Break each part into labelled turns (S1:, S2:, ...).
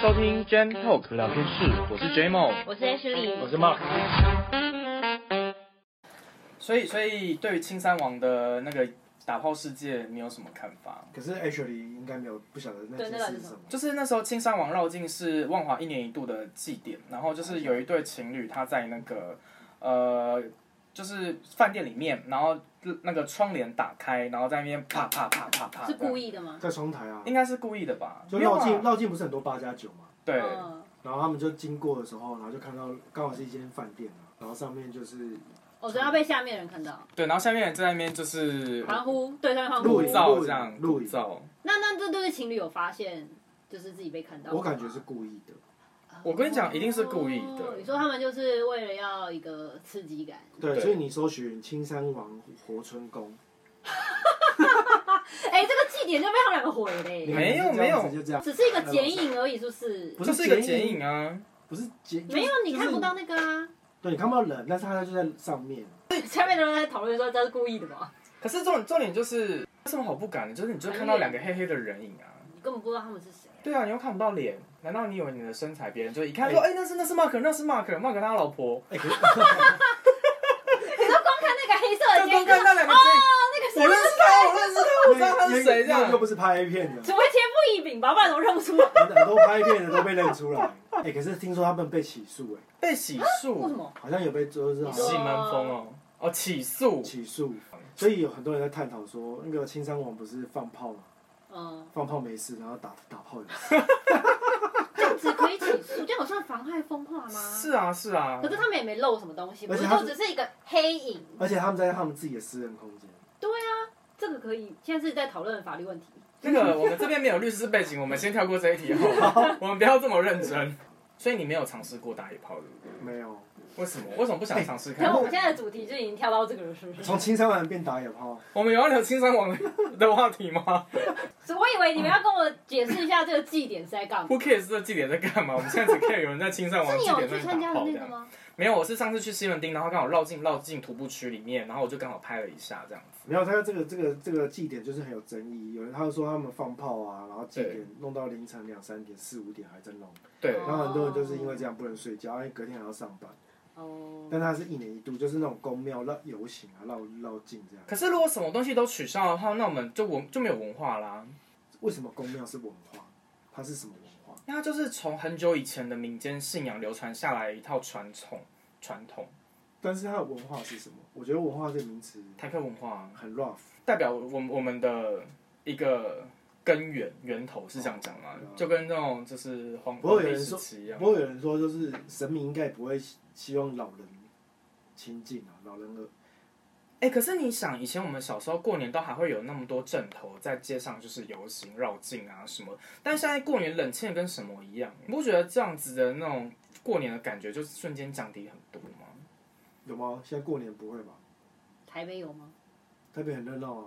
S1: 收听 Gen Talk 聊天室，我是 JMO，
S2: 我是 H 李，
S1: 我是 Mark。所以，所以对于青山王的那个打炮世界，你有什么看法？
S3: 可是 actually 应该没有不晓得那件
S2: 对那个
S3: 事
S2: 是
S3: 是什么。
S1: 就是那时候青山王绕境是万华一年一度的祭典，然后就是有一对情侣，他在那个呃，就是饭店里面，然后那个窗帘打开，然后在那边啪啪啪啪啪，
S2: 是故，意的吗？
S3: 在窗台啊，
S1: 应该是故意的吧？
S3: 就
S1: 没有啊
S3: 绕
S1: 吧
S3: 境绕境不是很多八加九嘛，
S1: 对，
S2: 嗯
S3: 然后他们就经过的时候，然后就看到刚好是一间饭店啊，然后上面就是
S2: 哦，所以要被下面人看到，
S1: 对，然后下面人在那边就是
S2: 欢呼，对上面欢
S3: 录
S1: 鼓
S3: 影
S2: 呼。
S1: 噪这样，
S3: 录
S1: 鼓
S3: 影
S1: 噪。
S2: 那那这对情侣有发现，就是自己被看到吗？
S3: 我感觉是故意的，
S1: 我跟你讲，一定是故意
S2: 哦你
S1: 的。
S2: 说他们就是为了要一个刺激感，
S3: 对，
S1: 对
S3: 所以你搜寻青山王活春宫，
S2: 哎，这个祭典就被他们两个毁
S3: 你
S2: 嘞，
S3: 看
S1: 没有
S3: 就这样子
S1: 没
S3: 就这样，
S2: 只是一个剪影而已，是不是？
S3: 不
S1: 这
S3: 是
S1: 是一个
S3: 剪
S1: 剪影啊，
S3: 不是剪，
S2: 没有
S3: 就，是
S2: 你看不，
S3: 就是
S2: 到那个啊。
S3: 对，你看不到人，但是他就在 上面，
S2: 下面的人在讨论说这是故意的吗？
S1: 可是重重点就是，有什么好不敢的？就是你就看到两个黑黑的人影啊。
S2: 你根本不知道他们是谁。
S1: 对啊，你又看不到脸，难道你以为你的身材别人就一看说，哎、那是那是 Mark，那是 Mark，Mark 他老婆，
S3: 哎，可是
S2: 光看那个黑色的
S1: 就
S2: 剪
S1: 光看
S2: 影，
S1: 那两个真，
S2: 那
S1: 我
S2: 个谁
S1: 认识他，我认识他，我知道他是谁这
S3: 那个又
S1: 样
S3: 不。是拍 A 片的，
S2: 除非天赋异禀吧，不然怎么认不出来？
S3: 很多拍 A 片的都被认出来，哎，可是听说他们被起诉，哎，
S1: 被起
S2: 为什
S1: 诉，
S2: 么？
S3: 好像有被就是好
S2: 你说
S3: 像
S1: 喜门风哦，哦起诉，
S3: 起诉，所以有很多人在探讨说，那个青山王不是放炮嘛，
S2: 嗯，
S3: 放炮没事，然后打打炮有事，
S2: 这样子可以起诉，这样有算妨害风化吗？
S1: 是啊是啊
S2: 可，是他们也没露什么东西，不
S3: 而且
S2: 是
S3: 他
S2: 就是只是一个黑影。啊
S3: 而且他们在他们自己的私人空间，
S2: 这个可以，现在是在讨论法律问题。
S1: 那个我们这边没有律师背景，我们先跳过这一题好不 好？我们不要这么认真。所以你没有尝试过打野炮的，
S3: 没有，
S1: 为什么？为什么不想尝试
S2: 然
S1: 看
S2: 后？我们现在的主题就已经跳到这个了，是不是？
S3: 从青山王变打野炮，
S1: 我们有要聊青山王的话题吗
S2: 所以我以为你们要跟我解释一下这个祭典是在干嘛。
S1: ？Who cares 这祭典在干嘛？我们现在只 care 有人在青山王祭
S2: 是你
S1: 典上
S2: 有去
S1: 面
S2: 参加
S1: 打炮
S2: 的那
S1: 这
S2: 个
S1: 样。
S2: 吗？
S1: 没有，我是上次去西门町，然后刚好绕进绕进徒步区里面，然后我就刚好拍了一下这样子。
S3: 没有，他这个这个这个祭典就是很有争议，有人他就说他们放炮啊，然后祭典弄到凌晨两三点、四五点还在弄，
S1: 对，
S2: 哦
S3: 然后很多人就是因为这样不能睡觉，因为隔天还要上班，
S2: 哦，
S3: 但他是一年一度，就是那种宫庙绕游行啊、绕绕境这样，
S1: 可是如果什么东西都取消的话，那我们就文就没有文化啦。
S3: 为什么宫庙是文化？它是什么文化？
S1: 那它就是从很久以前的民间信仰流传下来一套传统传统，
S3: 但是它的文化是什么？我觉得文化这个名词
S1: 台客文化
S3: 很 rough。
S1: 代表我们我们的一个根源源头是这样讲吗
S3: 哦对啊？
S1: 就跟那种就是黄
S3: 不会
S1: 黄
S3: 有
S1: 帝
S3: 人
S1: 时
S3: 说
S1: 期一样
S3: 不。过有人说，就是神明应该也不会希希望老人亲近啊，老人呃
S1: 哎、可是你想，以前我们小时候过年都还会有那么多阵头在街上，就是游行绕境啊什么，但现在过年冷清得跟什么一样，你不觉得这样子的那种过年的感觉就是瞬间降低很多吗？
S3: 有吗？现在过年不会吧？
S2: 台北有吗？
S3: 台北很热闹啊，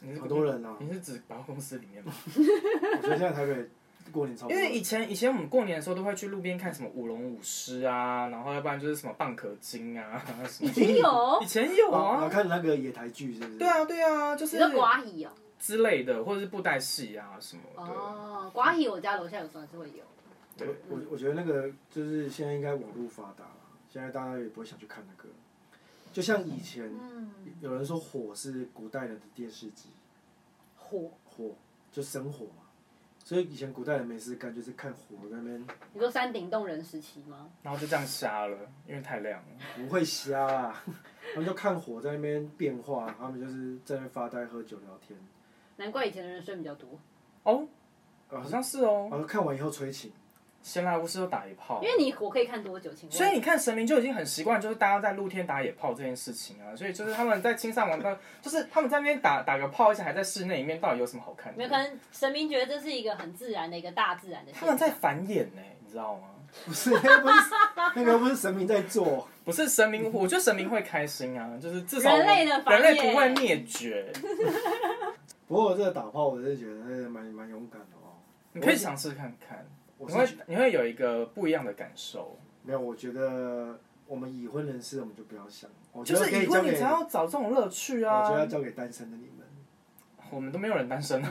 S1: 你是
S3: 很多人啊。
S1: 你是指百货公司里面吗？
S3: 我觉得现在台北过 年超多
S1: 因
S3: 人。
S1: 为以前以前我们过年的时候都会去路边看什么舞龙舞狮啊，然后要不然就是什么蚌壳精啊，什
S2: 以
S1: 么
S2: 前有，
S1: 以前有
S3: 哦然
S1: 啊
S3: 后，看那个野台剧是不是？
S1: 对。啊，对啊，就
S2: 你
S1: 是
S2: 说寡乙哦。
S1: 之类的，或者是布袋戏啊什么的。
S2: 哦，寡乙我家楼下有时候还是会有。
S3: 我我我觉得那个就是现在应该网络发达了，现在大家也不会想去看那个。就像以前
S2: 嗯，
S3: 有人说火是古代人的电视机，
S2: 火，
S3: 火就生火嘛，所以以前古代人没事干就是看火在那边
S2: 你说山顶洞人时期吗？
S1: 然后就这样瞎了，因为太亮了。
S3: 不会瞎啊， 他们就看火在那边变化，他们就是在那边发呆、喝酒、聊天，
S2: 难怪以前的人睡比较多，
S1: 哦，
S3: 然
S1: 好
S3: 后
S1: 像是哦，
S3: 然后看完以后吹琴，
S1: 闲来无事就打野炮
S2: 因。为你火可以看多久？请问？
S1: 所以你看神明就已经很习惯，就是大家在露天打野炮这件事情啊，所以就是他们在青上玩的，就是他们在那边打打个炮，而且还在室内里面，到底有什么好看
S2: 没有，
S1: 的？
S2: 可能神明觉得这是一个很自然的一个大自然的
S1: 他们
S2: 现
S1: 在
S2: 象。
S1: 繁衍呢、你知道吗？
S3: 不是那个不是 那个不是神明在做，
S1: 不是神明，我觉得神明会开心啊，就是至少我
S2: 人类的繁
S1: 人
S2: 衍
S1: 类不会灭绝。
S3: 不过我这个打炮我是觉得呃蛮蛮勇敢的哦，
S1: 你可以尝试看看，
S3: 我
S1: 你
S3: 是
S1: 会
S3: 觉
S1: 你会有一个不一样的感受。
S3: 没有，我觉得我们已婚人士我们就不要想，我觉
S1: 就
S3: 得
S1: 是
S3: 可以
S1: 以
S3: 交
S1: 后你
S3: 给
S1: 才要找这种乐趣
S3: 我觉得要
S1: 啊！
S3: 交给单身的你们，
S1: 我们都没有人单身啊，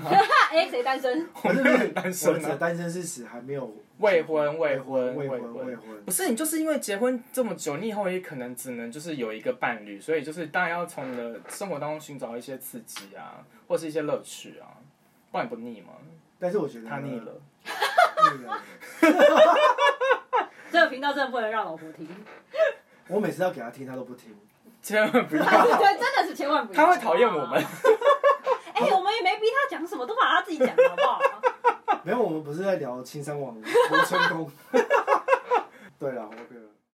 S2: 哎，谁单身？
S1: 我们没有人单
S3: 我
S1: 身
S3: 指
S1: 啊
S3: 的，单身是指还没有
S1: 未婚未婚
S3: 婚
S1: 未
S3: 未未
S1: 婚。
S3: 婚
S1: 不，是你，就是因为结婚这么久，你以后也可能只能就是有一个伴侣，所以就是当然要从你的生活当中寻找一些刺激啊，或是一些乐趣啊，不然你不腻吗？
S3: 但是我觉得
S1: 他腻，了，
S3: 嗯腻了。
S2: 这个频道真的不能让老婆听，
S3: 我每次要给他听，他都不听。
S1: 千万不要，
S2: 对，真的是千万不要。
S1: 他会讨厌我们。
S2: 哎，我们也没逼他讲什么，都把他自己讲了好不好？
S3: 没有，我们不是在聊青山王吴成功。对了，我